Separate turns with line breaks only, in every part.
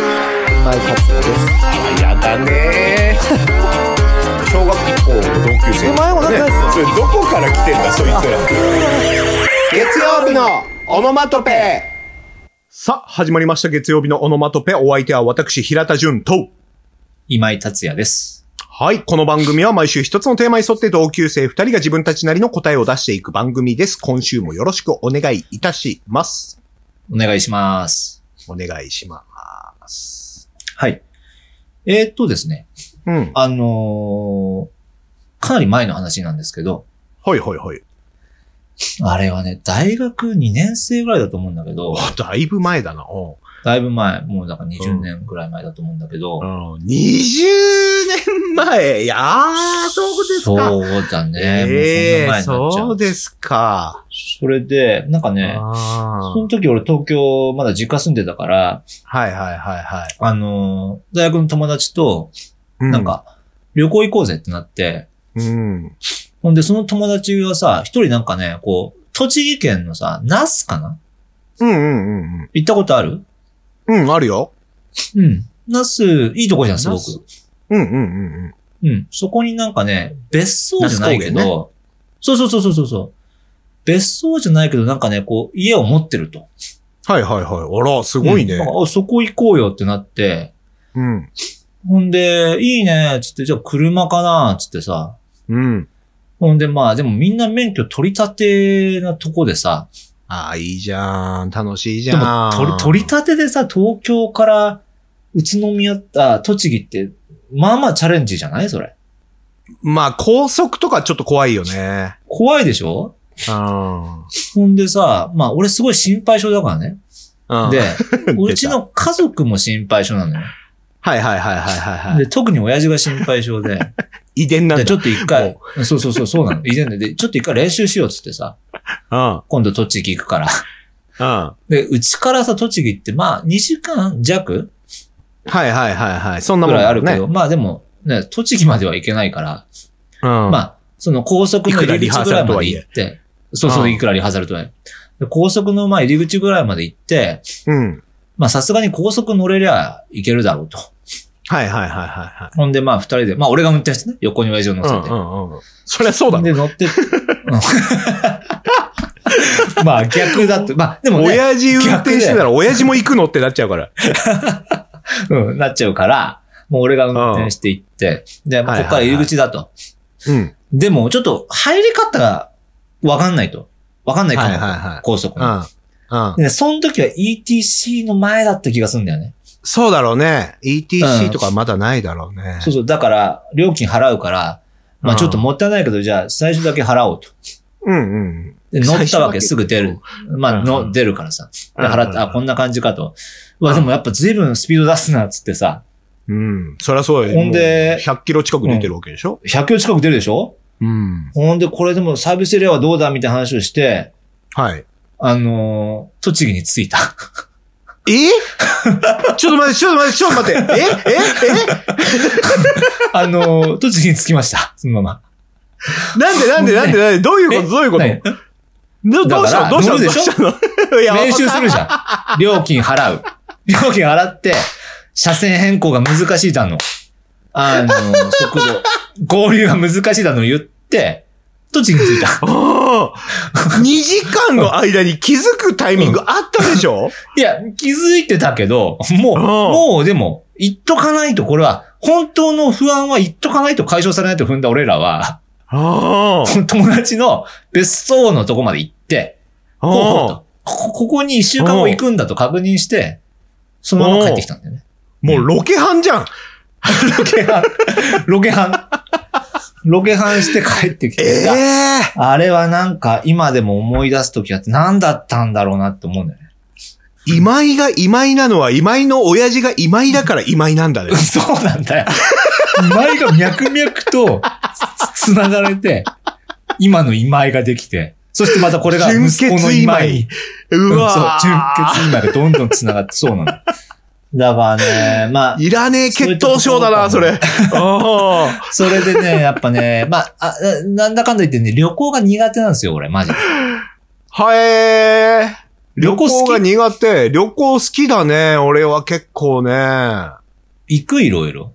今井達也です
あやだ ねー小学校の同級生
お前もなんか
ねそれどこから来てんだそいつら
月曜日のオノマトペ
さあ始まりました月曜日のオノマトペお相手は私平田純と
今井達也です。
はい。この番組は毎週一つのテーマに沿って同級生二人が自分たちなりの答えを出していく番組です。今週もよろしくお願いいたします。
お願いします。
お願いします。
はい。えーっとですね、
うん。
あのーかなり前の話なんですけど、
はいはいはい。
あれはね、大学2年生ぐらいだと思うんだけど、
おだいぶ前だな。お
だいぶ前、もうなんか
うん
20年ぐらい前だと思うんだけど、
うん。20年前。いやー、そうですか。
そうだね、
ええ
もうそんな前になっちゃう。
そうですか。
それで、なんかね、
あ
そ
ー
の時俺東京まだ実家住んでたから、
はいはいはいはい。
あのー大学の友達と、
う
なん、か、旅行行こうぜってなって、
うん。
ほんで、その友達がさ、一人なんかね、こう、栃木県のさ、ナスかな
うんうんうん
行ったことある
うん。うん、あるよ。
うん。ナス、いいとこじゃん、すご
那須
く。
うんうんうんうん。
うん。そこになんかね、別荘じゃないけ
那須
ど、そうそうそうそうそうそう。別荘じゃないけど、なんかね、こう、家を持ってると。
はいはいはい。あら、すごい
うん
ね
なん。かあそこ行こうよってなって、
うん。
ほんで、いいね、つって、じゃあ車かな、つってさ。
うん。
ほんで、まあ、でもみんな免許取り立てなとこでさ、
ああ、いいじゃん。楽しいじ
で
ゃ
も
ん。、
取り、取り立てでさ、東京から宇都宮、あ、栃木って、まあまあチャレンジじゃないそれ。
まあ、高速とかちょっと怖いよね。
怖いでしょ
う
ほんでさ、まあ俺すごい心配性だからね。
ん。
で、
うん、
うちの家族も心配性なのよ。
はいはいはいはいはいはい。
で、特に親父が心配性 で、
遺伝なんだ。
でちょっと一回
も、
そうそうそう、そうなの。以前で、でちょっと一回練習しようっつってさ、
うん。
今度栃木行くから。
うん。は
で、うちからさ、栃木ってまあ2時間弱
いはいはいはい。そんな
ぐ
もん
らい
だ
あ
ね
るけど、まあでも、ね、栃木までは行けないから、
うん。
まあ、その高速の入り口ぐらいまで行って、そうそうう、
ん
いくらリハーサルとはいえ。で高速のまあ入り口ぐらいまで行って、
うん。
まあさすがに高速乗れりゃいけるだろうと。
はいはいはいはいは
ほんでまあ二人で、まあ俺が運転してね、横に親父を乗せ
い。
て。
うんうんうん。そりゃそうだろ
で乗って、うん まあ逆だって、まあでもね、
親父運転してたら親父も行くのってなっちゃうから。
うん、なっちゃうから、もう俺が運転して行って、で、まあここから入り口だと。
うん。
でもちょっと入り方がわかんないと。わかんないかも、
はいはいはい
高速
う
の。
ん。うん。
で、その時は ETC の前だった気がするんだよね。
そうだろうね。
う
ETC
ん
とかまだないだろうね。
そうそう。だから、料金払うから、まあ
うん
ちょっともったいないけど、じゃあ最初だけ払おうと。
うんうん。
で、乗っ
最初だ
た
け
わけすぐ出る。ま
う
あ、
ん
の、出るからさ。で
うん
払った、あ、こんな感じかと。うわ、でもやっぱ随分スピード出すな、っつってさ。
うん。そりゃそうよ。
ほんで
もう100キロ近く出てるわけでしょ
100キロ近く出るでしょ
うん。
ほんで、これでもサービスエリアはどうだみたいな話をして、
はい。
あのー栃木に着いた。
え ちょっと待って、ちょっと待って、ちょっと待って。えええ
あのー栃木に着きました。そのま
なんでなんでなんでなんでどういうこ
ま。
とどういうこと
え何
どどうし
だか
た
ら
のどうしたの
乗る
ど
でしょ
うしたの いや
練習するじゃ ん。料金払う。料金払って、車線変更が難しいだの。あ の、速度、合流が難しいだの言って、栃木に着い た。
おー二時間の間に気づくタイミングあったでしょ
いや、気づいてたけど、もう、
うん
もうでも、言っとかないと、これは、本当の不安は言っとかないと解消されないと踏んだ俺らは、
あー
友達の別荘のとこまで行って、
あ
こうこう
ー。
とこここに一週間後行くんだと確認して、そのまま帰ってきたんだよね。
もうロケハンじゃん。
ロケハン。ロケハン。ロケハンして帰ってきて。
え
いや
え
あれはなんか今でも思い出すときは何だったんだろうなって思うんだよね。
今井が今井なのは今井の親父が今井だから今井なんだね。
そうなんだよ。今井が脈々とつ繋がれて、今の今井ができて、そしてまたこれが
純
息
血
子の今井に。
う
うんそう
わ、
純血今井がどんどん繋がって、そうなの。だからね、まあ、
いらねえ血統症だな、そ
そうい
れ。ああ
それでね、やっぱね、まあ、あななんだかんだ言ってね、旅行が苦手なんですよ、俺、マジで。
はえー。
旅
旅
行好き
行が苦手。旅行好きだね。俺は結構ね。
行くいろいろ。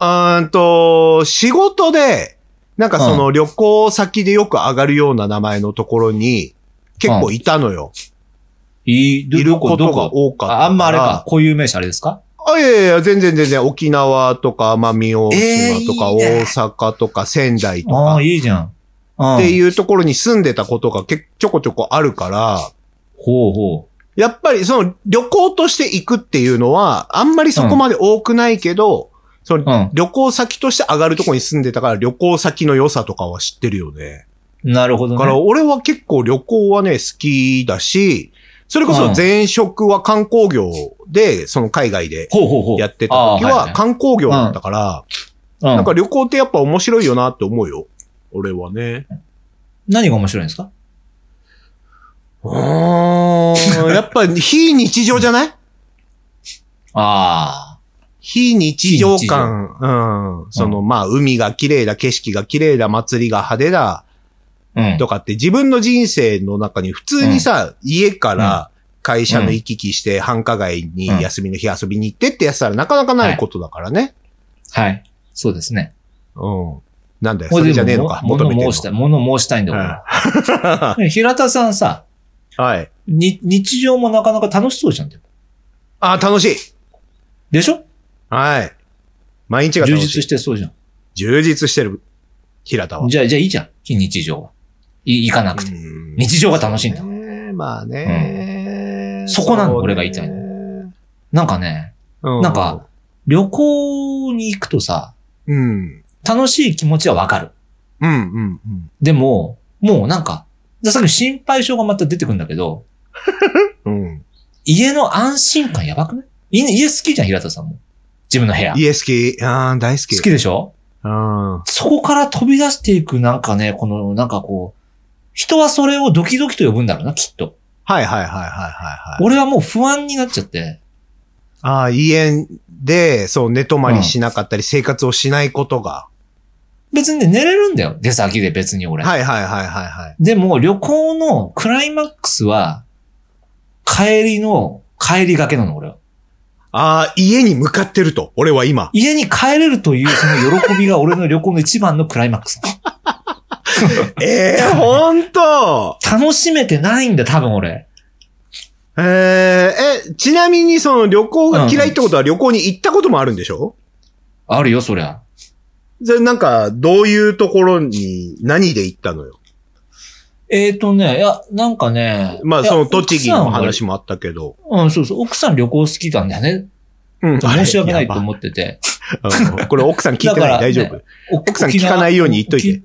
うーんと、仕事で、なんかその旅行先でよく上がるような名前のところに、結構いたのよ。
いい
いる
ど
こ
ことど
が
こ
多かったから
ああんまあれか、固有名詞あれですか
あ、いやいやいや、全然全然、沖縄とか奄美大島とか、
えーいいね
大阪とか仙台と
あ
か
あ、、いいじゃん。っ
って
う
いうところに住んでたことがけちょこちょこあるから、
ん。ほうほ
やっぱりその旅行として行くっていうのは、あんまりそこまで多くないけど、その
う。うん。
旅行先として上がるところに住んでたから旅行先の良さとかは知ってるよね。
なるほど
だ
ね。
から俺は結構旅行はね、好きだし、それこそ前職は観光業で、その海外で
ほうほうほう。
やってた時
ああ
は観光業だったから、
いはい
なん
うん
か旅行ってやっぱ面白いよなって思うよ。俺はね。
何が面白いんですか
やっぱ非日常じゃない
ああ。
非日常感。うん。その、まあ、海が綺麗だ、景色が綺麗だ、祭りが派手だ、
うん。
とかって自分の人生の中に普通にさ、家から会社の行き来して繁華街に
うん
休みの日遊びに行ってってやつたらなかなかないことだからね。
はい。そうですね。
うん。なんだよ、それじゃねえのか、
もうで
求
も
めて
物
る
申したい、物申したいんだか
の。
ら。平田さんさ、
はい。
に、日常もなかなか楽しそうじゃん。
あ、楽しい。
でしょ
はい。毎日が
充
楽し
実
い
し。てそうじゃん。
充実してる。平田は。
じゃあ、じゃあいいじゃん。非日常は。い、行かなくて。日常が楽しいんだ
そうね。まあね、
んそこなの
うね
俺が言いたいなんかね、
う
なんか、旅行に行くとさ、
うん。
楽しい気持ちはわかる。
うん、うん、うん。
でも、もうなんか、じゃあさっきの心配性がまた出てくるんだけど、
うん。
家の安心感やばくない家家好きじゃん、平田さんも。自分の部屋。好
家好き。ああ、大好き。
きでしょ
うん。
そこから飛び出していくなんかね、この、なんかこう、人はそれをドキドキと呼ぶんだろうな、きっと。
はいはいはいはいはい、はい。
俺はもう不安になっちゃって。
ああ、家で、そう、寝泊まりしなかったり、生活をしないことが。
別にね、寝れるんだよ。出先で別に俺。
はいはいはいはいはい。
でも、旅行のクライマックスは、帰りの、帰りがけなの、俺は。
ああ、家に向かってると。俺は今。
家に帰れるというその喜びが俺の旅行の一番のクライマッ クス。
ええー、ほんと
楽しめてないんだ、多分俺。
えー、え、ちなみにその旅行が嫌いってことは旅行に行ったこともあるんでしょ、
あるよ、そりゃ。
じゃあなんか、どういうところに、何で行ったのよ。
えーとね、いや、なんかね。
まあ、
いや
その栃木の話
奥
もあったけど。
さんはうん、そうそう。奥さん旅行好きなんだよ ね。
うん
申し訳ないと
う。
思ってて。
うんこれ奥さん聞いて
だか
ない
ら
大丈夫
ね。奥
奥さん聞かないように言っといて。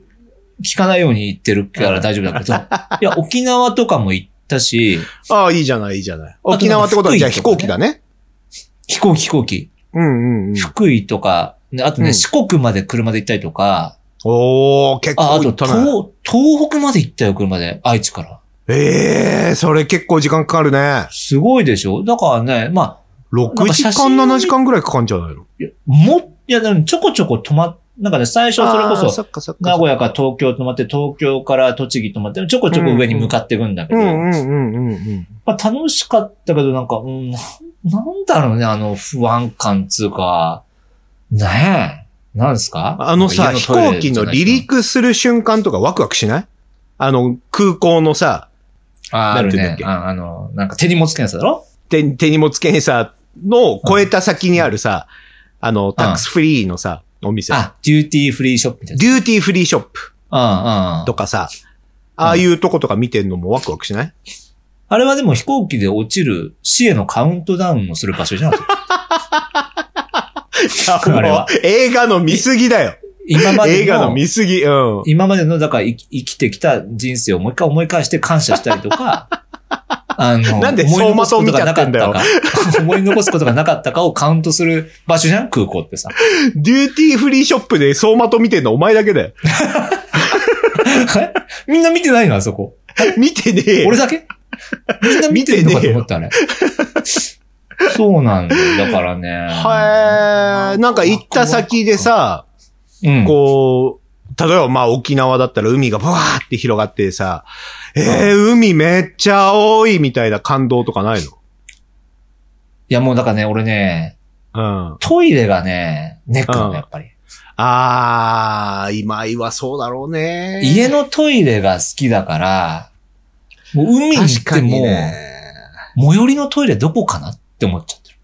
聞かないように言ってるから大丈夫だけど。いや、沖縄とかも行ったし、
ああ、いいじゃない、いいじゃない。
なんか
沖縄ってことは、
福井
じゃあ
と
飛
かね
行機だね。
飛行機飛行機。
うんうんうん。
福井とか、ねあとね、
うん
四国まで車で行ったりとか、
おー、結
あ、あ
構行
と
ったな。
東、東北まで行ったよ、車で。愛知から。
ええー、それ結構時間かかるね。
すごいでしょだからね、ま
6時間、
写真
7時間ぐらいかかんじゃないの
あ、も、いや、でもちょこちょこ泊まっ、なんかね、最初それこ
あー
そ、
っかそっ
名古屋から東京泊まって、東京から栃木泊まって、ちょこちょこ上に向かっていくんだけ
う
ど、
んうんうんうんうん。
まあ、楽しかったけど、なんか、うん、ななんだろうね、あの不安感つうか、ねえ、なんですか
あのさ、
家
飛
トイ
行
レ
機
じ
の
ゃない
離陸する瞬間とかワクワクしないあの、空港のさ、
あー、ある
な
ね
んていうんだっけ
あ。あの、なんか手荷物検査だろ
手手荷物検査の超えた先にあるさ、あの、タックスフリーのさ、お店。
あ、デューティーフリーショップみたいな。
デューティーフリーショップ
うんうん。
とかさ、ああいうとことか見てんのもワクワクしない
あれはでも飛行機で落ちる死へのカウントダウンをする場所じゃなかった。
あ
あれは
もう映画の見過ぎだよ。
今まで
映画の
の、
見過ぎ。うん。
今までの、だから生き生きてきた人生をもう一回思い返して感謝したりと か、あの、
なんで
思い残すことがなかっ
走
た
馬
か、 思い残すことがなかったかをカウントする場所じゃん空港ってさ。
デューティーフリーショップで相馬と見てんのお前だけだよ。
えみんな見てないのあそこ。
見てねえよ。
俺だけみんな見てるのかと思った、あれ。そうなんだよ。だからね。
はえなんか行った先でさ、
うん。
こう、例えばまあ沖縄だったら海がブワーって広がってさ、えー、海めっちゃ青いみたいな感動とかない
い
の
や、もうだからね、俺ね、
うん。
トイレがね、ネックなの、やっぱり。
あー、今井はそうだろうね。
家のトイレが好きだから、もう海に行
確
っ
か
て
に
も、
ね。
最寄りのトイレどこかなって思っちゃってる。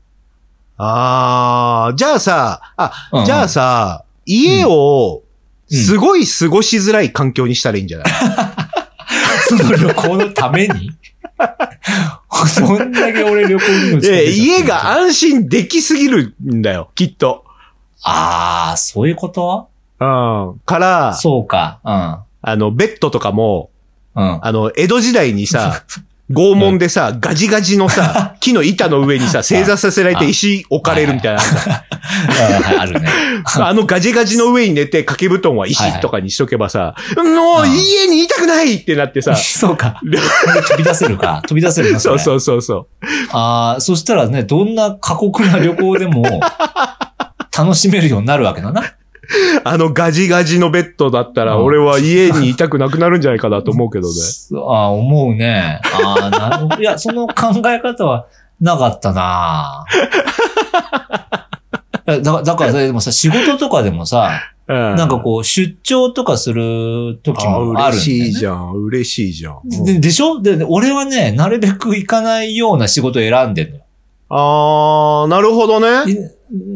あー、じゃあさ、あ、
うんうん
じゃあさ、家を、すごい過ごしづらい環境にしたらいいん じゃない、
その旅行のため にそんだけ俺旅行にも
え家が安心できすぎるんだよ、きっと。
ああ、そういうこと
うん。から、
そうか。
あの、ベッドとかも、
うん。 うん。
あの、江戸時代 にさ、拷問でさ、ガジガジのさ、木の板の上にさ、正座させられて石置かれるみたいな。
あはいあるね。
あのガジガジの上に寝て掛け布団は石とかにしとけばさ、もう
うん、
家にいたくないってなってさ
そうか。飛び出せるか。飛び出せるな、。
そうそううそうそう。
ああ、そしたらね、どんな過酷な旅行でも、楽しめるようになるわけだな。
あのガジガジのベッドだったら、
うん
俺は家にいたくなくなるんじゃないかなと思う けどね。
ああ、思うね。ああ、なる ほど。いや、その考え方はなかったな。 いやだから、だからでもさ、仕事とかでもさ、
うん。
なんかこう、出張とかする時
あ
もあるんだよね
嬉しいじゃん、嬉しいじゃん。
ででしょで、で俺はね、なるべく行かないような仕事を選んでんのよ。
あー、なるほどね。はい
い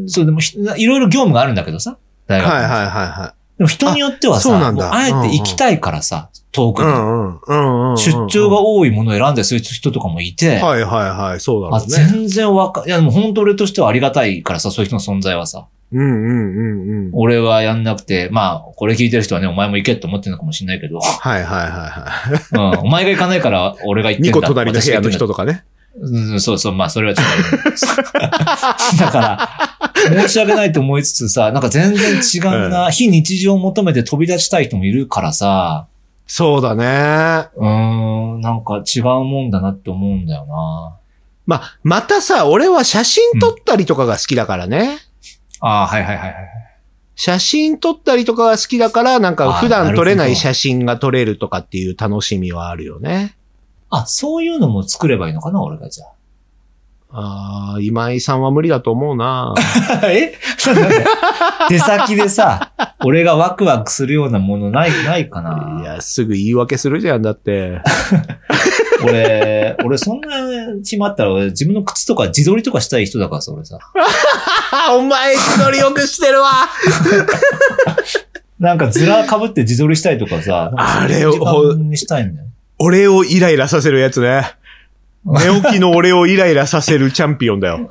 そう、でもひ、いろいろ業務があるんだけどさ、大
はい
学。
はいは
でも人によってはさ、
あそうなんだ
もあえて行きたいからさ、遠
い。う
くに、
んうんうんうんうん。
出張が多いものを選んだりする人とかもいて、
はいはいはい、そうだ
あ
ろうね。
全然わか、いやでも本当俺としてはありがたいからさ、そういう人の存在はさ、
うんうんうんうん。
俺はやんなくて、まあ、これ聞いてる人はね、お前も行けって思ってるのかもしれないけど、
はいはいはいはい。
うん、お前が行かないから俺が行って
二
んだ
個隣の部屋の人とかね。
うん、そうそう、まあ、それはちょっと。 だから、申し訳ないと思いつつさ、なんか全然違うな、非日常を求めて飛び出したい人もいるからさ、
そうだね。
うーん、なんか違うもんだなって思うんだよな。
まあ、またさ、俺は写真撮ったりとかが好きだからね。
ああ、はいはいはいはい。
写真撮ったりとかが好きだから、なんか
あ
普段撮れな
なる
い
ほど
写真が撮れるとかっていう楽しみはあるよね。
あ、そういうのも作ればいいのかな、俺がじゃ
ああ、今井さんは無理だと思うな
あ。 え出先でさ、 俺がワクワクするようなものない、ないかな。
いや、すぐ言い訳するじゃん、だって。
俺、俺そんな暇あったら、俺自分の靴とか自撮りとかしたい人だからさ、俺さ。
あお前自撮りよくしてるわ
なんかズラ被って自撮りしたいとかさ、
あれを
時間にしたいんだよ。
俺をイライラさせるや つね。寝起きの俺をイライラさせるチャンピオン だよ。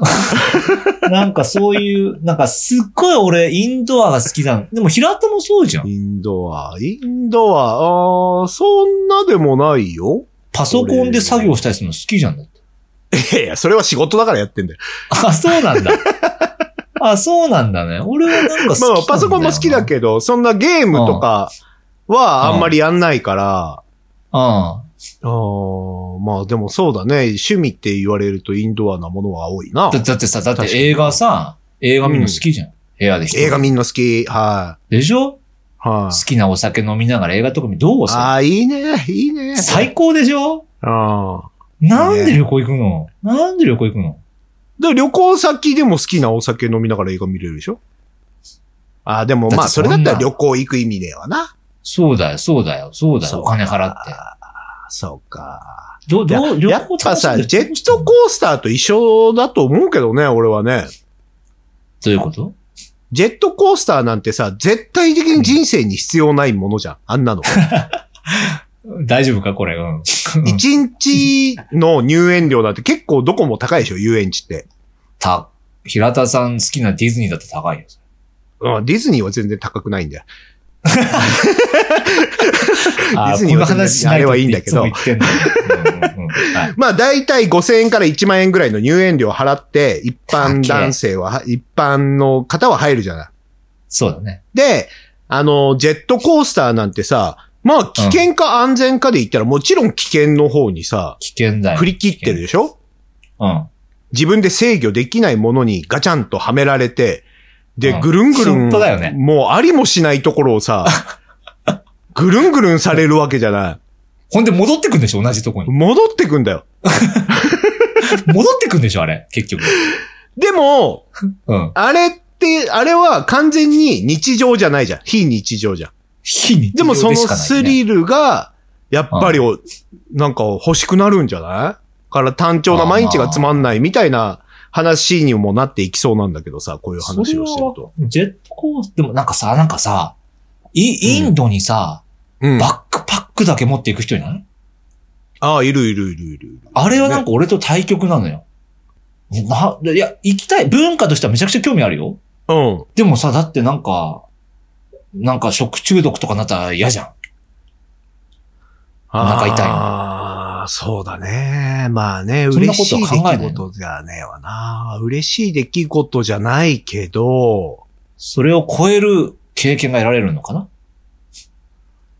なんかそういう、なんかすっごい俺インドアが好きだ。でも平田もそうじゃん。
インドア、インドア、あーそんなでもないよ。
パソコンで作業したりするの好きじゃんだって。
いやいや、それは仕事だからやってんだよ。
あ、そうなんだ。あ、そうなんだね。俺はなんか好きな
ま
んだよな。
あ、パソコンも好きだけど、そんなゲームとかはあんまりやんないから、
うん。
あーまあでもそうだね、趣味って言われるとインドアなものは多いな
だ。だってさ、だっ
確
て
かに
映画さ、映画見るの好きじゃん。部屋で一人
映画見んの好き。は
でしょ
い。
好
はい。
きなお酒飲みながら映画とか見どう
あ
さ。
あ、いいね、いいね。
最高でしょ
ああ。
なんで旅行行くのなんで旅行行くの
だから旅行先でも好きなお酒飲みながら映画見れるでしょああ、でもま
だっ
あ、
てそ
そ
んな
れだったら旅行行く意味ねえわな。
そうだよ、そうだよ、そうだ
そう
よ、お金払って。
そうか。
ど、
いや
どう、
やっぱさ、ジェット
ー
コースターと一緒だと思うけどね、俺はね。
どういうこと
ジェットコースターなんてさ、絶対的に人生に必要ないものじゃん。あん なの。
大丈夫か、これ。うん。
一日の入園料なんて結構どこも高いでしょ、遊園地って。
た、平田さん好きなディズニーだって高いよ。
うん、ディズニーは全然高くないんだよ。
デ
ィズニーは全然あれはいいんだけど
言ってんだようんうんうんはい
まあ大体5000円から1万円ぐらいの入園料払って、一般男性は、一般の方は入るじゃない。
そうだね。
で、あの、ジェットコースターなんてさ、まあ危険か安全かで言ったらもちろん危険の方にさ、
危険だよ。
振り切ってるでしょ
うん。
自分で制御できないものにガチャンとはめられて、で、
うん
ぐるんぐるん、
本当だよね
もうありもしないところ をさ、ぐるんぐるんされるわけじゃない。
ほんで戻ってくんでしょ同じとこに。
戻ってくんだよ。
戻ってくんでしょあれ、結局。
でも、
うん。
あれって、あれは完全に日常じゃないじゃん。非日常じゃん。
非日
で
常
もその
しかないね
スリルが、やっぱりお、なんか欲しくなるんじゃないから単調な毎日がつまんないみたいな話にもなっていきそうなんだけどさ、こういう話をしてると。
それはジェットコースでもなんかさ、なんかさ、イインドにさ、
うん。
バ
あ
ックパックだけ持っていく人いない
あ、いるいるいるいるいる。
あれはなんか俺と対極なのよ。な、いや、行きたい。文化としてはめちゃくちゃ興味あるよ。
うん。
でもさ、だってなんか、なんか食中毒とかなったら嫌じゃん。お腹痛いの
ああ、そうだね。まあね、
そんな
嬉
こと
し
はい考
出
えない
来事じゃねえわな。嬉しい出来事じゃないけど、
それを超える経験が得られるのかな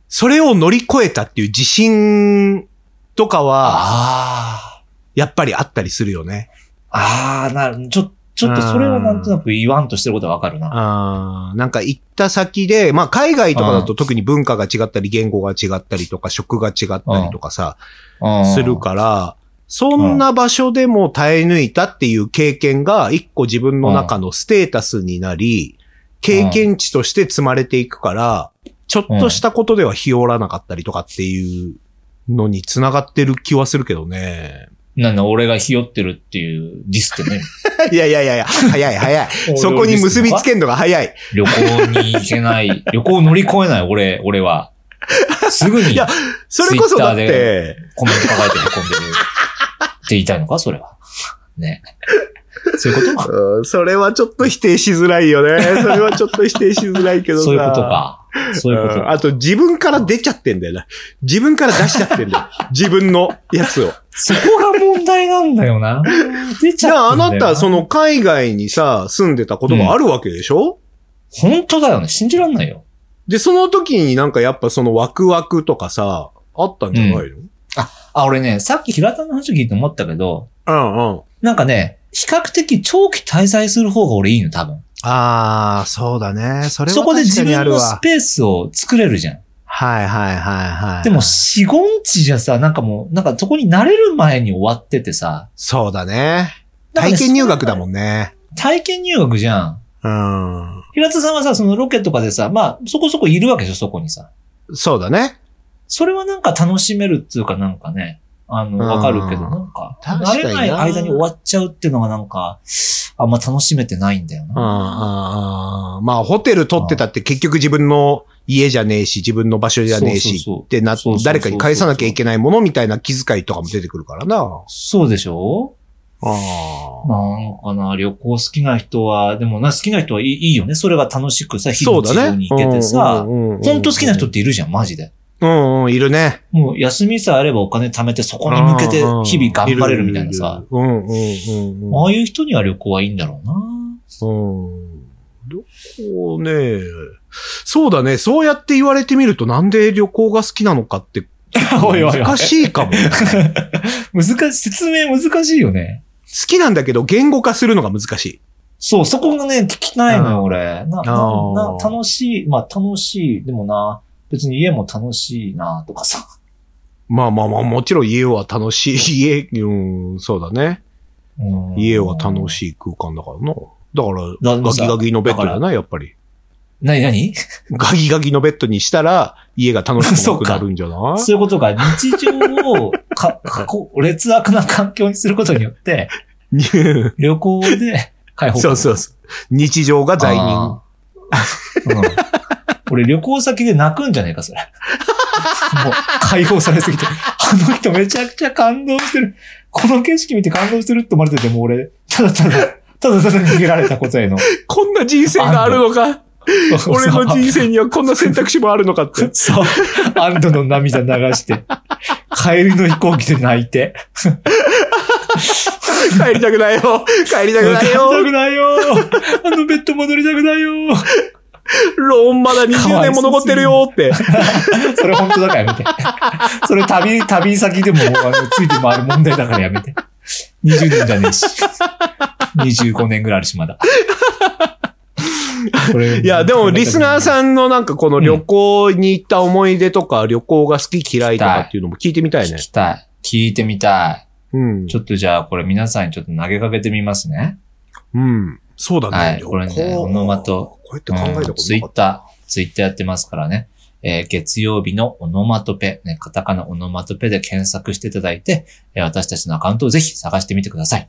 それを乗り越えたっていう自信とかは、
あ
やっぱりあったりするよね。
あ。ああ、なる、ちょ、ちょっとそれはなんとなく言わんとしてることはわかるな。
あーなんか行った先で、まあ海外とかだと特に文化が違ったり、言語が違ったりとか、食が違ったりとかさ、
うん
する。から、そんな場所でも耐え抜いたっていう経験が、一個自分の中のステータスになり、経験値として積まれていくから、ちょっとしたことでは日和らなかったりとかっていうのに繋がってる気はするけどね。
なんだ、俺がひよってるっていうディスってね。
いやいやいやいや、早い早い。 そこに結びつけんのが早い。
旅行に行け ない、旅行を乗り越えない、俺、俺は。すぐに
いやそれこそだっ
Twitter
て、
コメント抱えてへこんでるって言いたいのか、それは。ね。そういうこと
うんそれはちょっと否定しづらい よね。それはちょっと否定しづらいけどさ。
そういうことか。そういうこと
うん
か。
あと自分から出ちゃってんだよな。自分から出しちゃっ てんだよ。自分のやつを。
そこが問題なんだよな。出ち
じゃ
ゃ
あ
って
あ
んだよ
なた、そ、の海外にさ、住んでたことがあるわけでしょ、
本当だよね。信じらんないよ。
で、その時になんかやっぱそのワクワクとかさ、あったんじゃないの、うん、
あ、俺ね、さっき平田の話聞いて思ったけど、
うんうん
なんかね、比較的長期滞在する方が俺いいの、多分。
ああ、そうだね。そ
そこで自分のスペースを作れるじゃん。
はいはいはいは
でも、四五日じゃさ、なんかもう、なんかそこに慣れる前に終わっててさ。
そうだね。
なんかね
もんね。
体験入学じゃん。
うん。
平田さんはさ、そのロケとかでさ、まあ、そこそこいるわけでしょ、そこにさ。
そうだね。
それはなんか楽しめるっていうかなんかね、あの、
うん
わかるけど、なんか、慣
確かにな
れない間に終わっちゃうっていうのがなんか、あんま楽しめてないんだよ
うんうんうん
な。
まあ、ホテル取ってたって結局自分の家じゃねえし、自分の場所じゃねえ
そうそう
し、
そう
ってな
そうそうそうそう
誰かに返さなきゃいけないものみたいな気遣いとかも出てくるからな。
そうでしょ
あ
なんかな、旅行好きな人は、でもな、好きな人はいいいいよね。それが楽しくさ、非
そう
日
だ
常
ね。
に行けてさ、本
本
当好きな人っているじゃん、マジで。
うんうん、いるね。
もう休みさえあればお金貯めてそこに向けて日
うんうん
々頑張れるみたいなさ。。
いるいるいるうんうんうん
ああいう人には旅行はいいんだろうな。
うん。旅行ね。そうだね。そうやって言われてみると、なんで旅行が好きなのか って、難しいかも。好
難しい、説明難しいよね。
きなんだけど、言語化するのが難しい。
そう、そこがね、聞きたいのよ、俺。な、な、な
あ、ー
楽しい、まあ楽しい、でもな、別に家も楽しいな、とかさ。
まあまあまあ、もちろん家は楽しい。 家、うん、そうだね。家は楽
い。
しい空間だからな。だから、
だ
ガキガキのベッドだ
だ
な、やっぱり。
なになに
ガキガキのベッドにしたら、家が楽しくなくなるんじゃな い
そういうことが、日常を か、かこ、劣悪な環境にすることによって、旅行で解放
そうそうそう。日常が罪人。
あーうん俺旅行先で泣くんじゃねえか、 それ。もう解放されすぎて。あの人めちゃくちゃ感動してる。この景色見て感動してるって思われててもう俺、ただただ、ただただ逃げられたことへの。
こんな人生があるのか。俺の人生にはこんな選択肢もあるのかっ て。
そう。安堵の涙流して、帰りの飛行機で泣いて。
帰りたくないよ。帰りたくない
帰りた
よ。
くないよあのベッド戻りたくないよ
ローンまだ20年も残ってるよって。
それ本当だから やめて。それ旅、旅先でももうあのついて回る問題だからやめて。20年じゃねえし。25年ぐらいあるし、まだ。これ
いや、でも、リスナー
ん。
さんのなんかこの旅行に行った思い出とか、旅行が好き嫌いとかっていうのも聞いてみたい
聞
ね。
きたい。聞いてみたい。
うん。
ちょっとじゃあ、これ皆さんにちょっと投げかけてみますね。
うん。そうだね。
はいこれね
こう
オノマト
こうやって考えたことなかった。
ツイッター、ツイッターやってますからね。えー月曜日のオノマトペ、ね、カタカナオノマトペで検索していただいて、えー私たちのアカウントをぜひ探してみてください。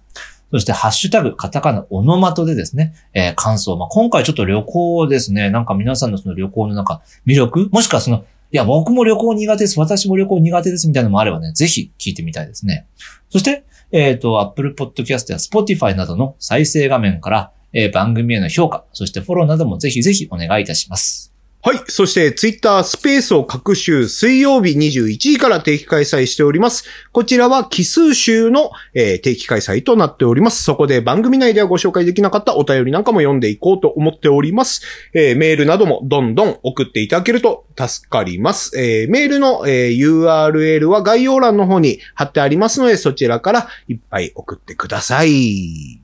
そして、ハッシュタグ、カタカナオノマトでですね、えー感想。まあ、今回ちょっと旅行をですね、なんか皆さんのその旅行のなんか魅力もしくはその、いや、僕も旅行苦手です。私も旅行苦手です。みたいなのもあればね、ぜひ聞いてみたいですね。そして、えっ、と、Apple Podcast や Spotify などの再生画面から、えー番組への評価、そしてフォローなどもぜひぜひお願いいたします。
はい。そして、ツイッタースペースを各週水曜日21時から定期開催しております。こちらは奇数週の、えー定期開催となっております。そこで番組内ではご紹介できなかったお便りなんかも読んでいこうと思っております。えーメールなどもどんどん送っていただけると助かります。えーメールの、えー URL は概要欄の方に貼ってありますので、そちらからいっぱい送ってください。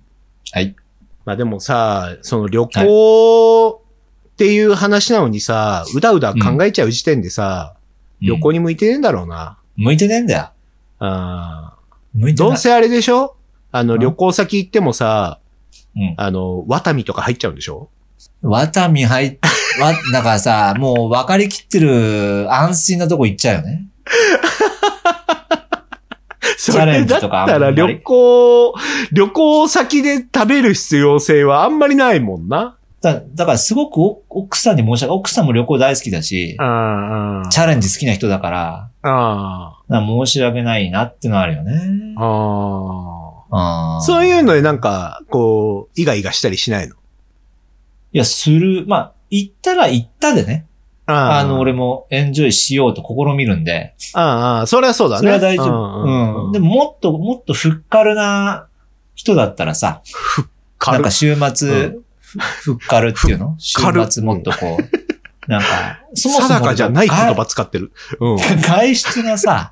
はい。
まあでもさ、その旅行っていう話なのにさ、うだうだ考えちゃう時点でさ、旅行
に。
に向いてねえんだろうな。
向いてねえんだよ。
あ
向い
ー
て
ど
な
う
い。
せあれでしょあの、
ん
旅行先行ってもさ、
うん
あの、ワタミとか入っちゃうんでしょ
ワタミ入っ、わ、だからさ、 もう分かりきってる安心なとこ行っちゃうよね。
そ
レ
れ
ンジ
だっ
とかあんま
た
り
ら旅行、旅行先で食べる必要性はあんまりないもんな。
だ、だからすごくお奥さんに申し訳、奥さんも旅行大好きだし、
あー
チャレンジ好きな人だから、
あ
なんか申し訳ないなってのはあるよね。
ー、あ
あ
あ。
ー
そういうのでなんか、こう、イガイガしたりしないの
いや、する。まあ、行ったら行ったでね。あの、俺もエンジョイしようと試みるんで。
ああ、それはそうだね。
それは大丈
う
夫。
ん
う。
うんん。
で
でも、
ももっと、もっとふっかるな人だったらさ、なんか週末、
う
ふふっかるっていうの週
かる
末もっとこう、なんか、そもそも。
定かじゃない言葉使ってる。うん。
外外出がさ、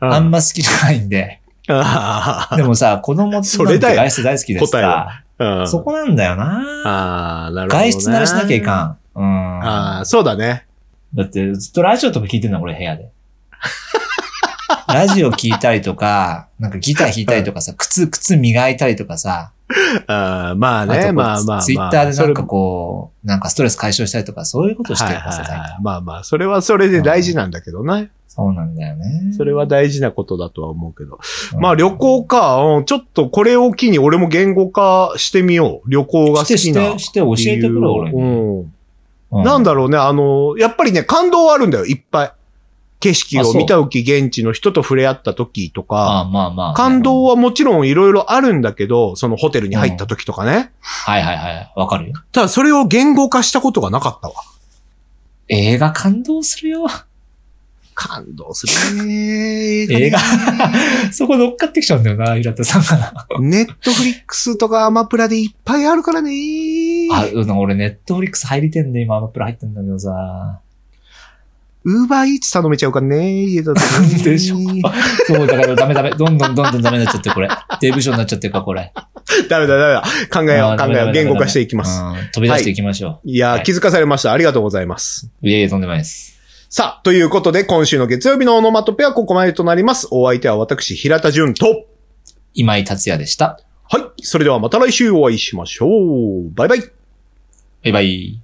あん
ま、
ま好きじゃないんで。
あ
でもさ、子供って
それだよ
外出大好きですから、
あ。
そこなんだよな
ああ、なるほど。
外出慣れしなきゃい
ん。
かん。うん。
ああ、そうだね。
だって、ずっとラジオとか聞いてんの、俺、部屋 で。ラジオ聞いたりとか、なんかギター弾いたりとかさ、靴、靴磨いたりとかさ、
ああ、まあ
あとこ
ね、
う
まあまあまあ。
ツイッターでなんか
それ
こう、なんかストレス解消したりとか、そういうことして
はい
るからさ、
はい
最
は
近
いまあまあ、それはそれで大事なんだけどね。
そうなんだよね。
それは大事なことだとは思うけど。
うん
まあ旅行か。うんちょっとこれを機に俺も言語化してみよう。旅行が好
して、
き
し
な
て、して教えてくれ、俺
理由
に。
をうん。
う
なんだろうね、あの、やっぱりね、感動はあるんだよ、いっぱい。景色
あ
を
そう
見たとき、現地の人と触れ合ったときと
あ
か、
あまあまあ、
感動はもちろんいろいろあるんだけど、そのホテルに入ったときとかね。
はいはいはい。わかるよ。
ただそれを言語化したことがなかったわ。
映画感動するよ。
感動するね。
映画
ね。
そこ乗っかってきちゃうんだよな、平田さんから。
ネットフリックスとかアマプラでいっぱいあるからね。
あ、うん、俺、ネットフリックス入りてんで、今、アマプラ入ってんだけどさ。
ウーバーイーツ頼めちゃうからね。家だとね
でしょそう、だからダメダメ。どんどんどんどんダメになっちゃって、これ。デブ症になっちゃってるか、これ。
ダメだ、ダメだ。考えよ
あ
う、
ー
考
ダメダメ
え
ダ
よう。
メ
言語化していきます。
うん飛び出していきましょ
いや
は
ー、
い
気づかされました。ありがとうございます。
う。いえいえ、とんでもないです。
さあ、ということで、今週の月曜日のオノマトペはここまでとなります。お相手は私、平田純と。
今井達也でした。
はい。それではまた来週お会いしましょう。バイバイ。
バイバイ。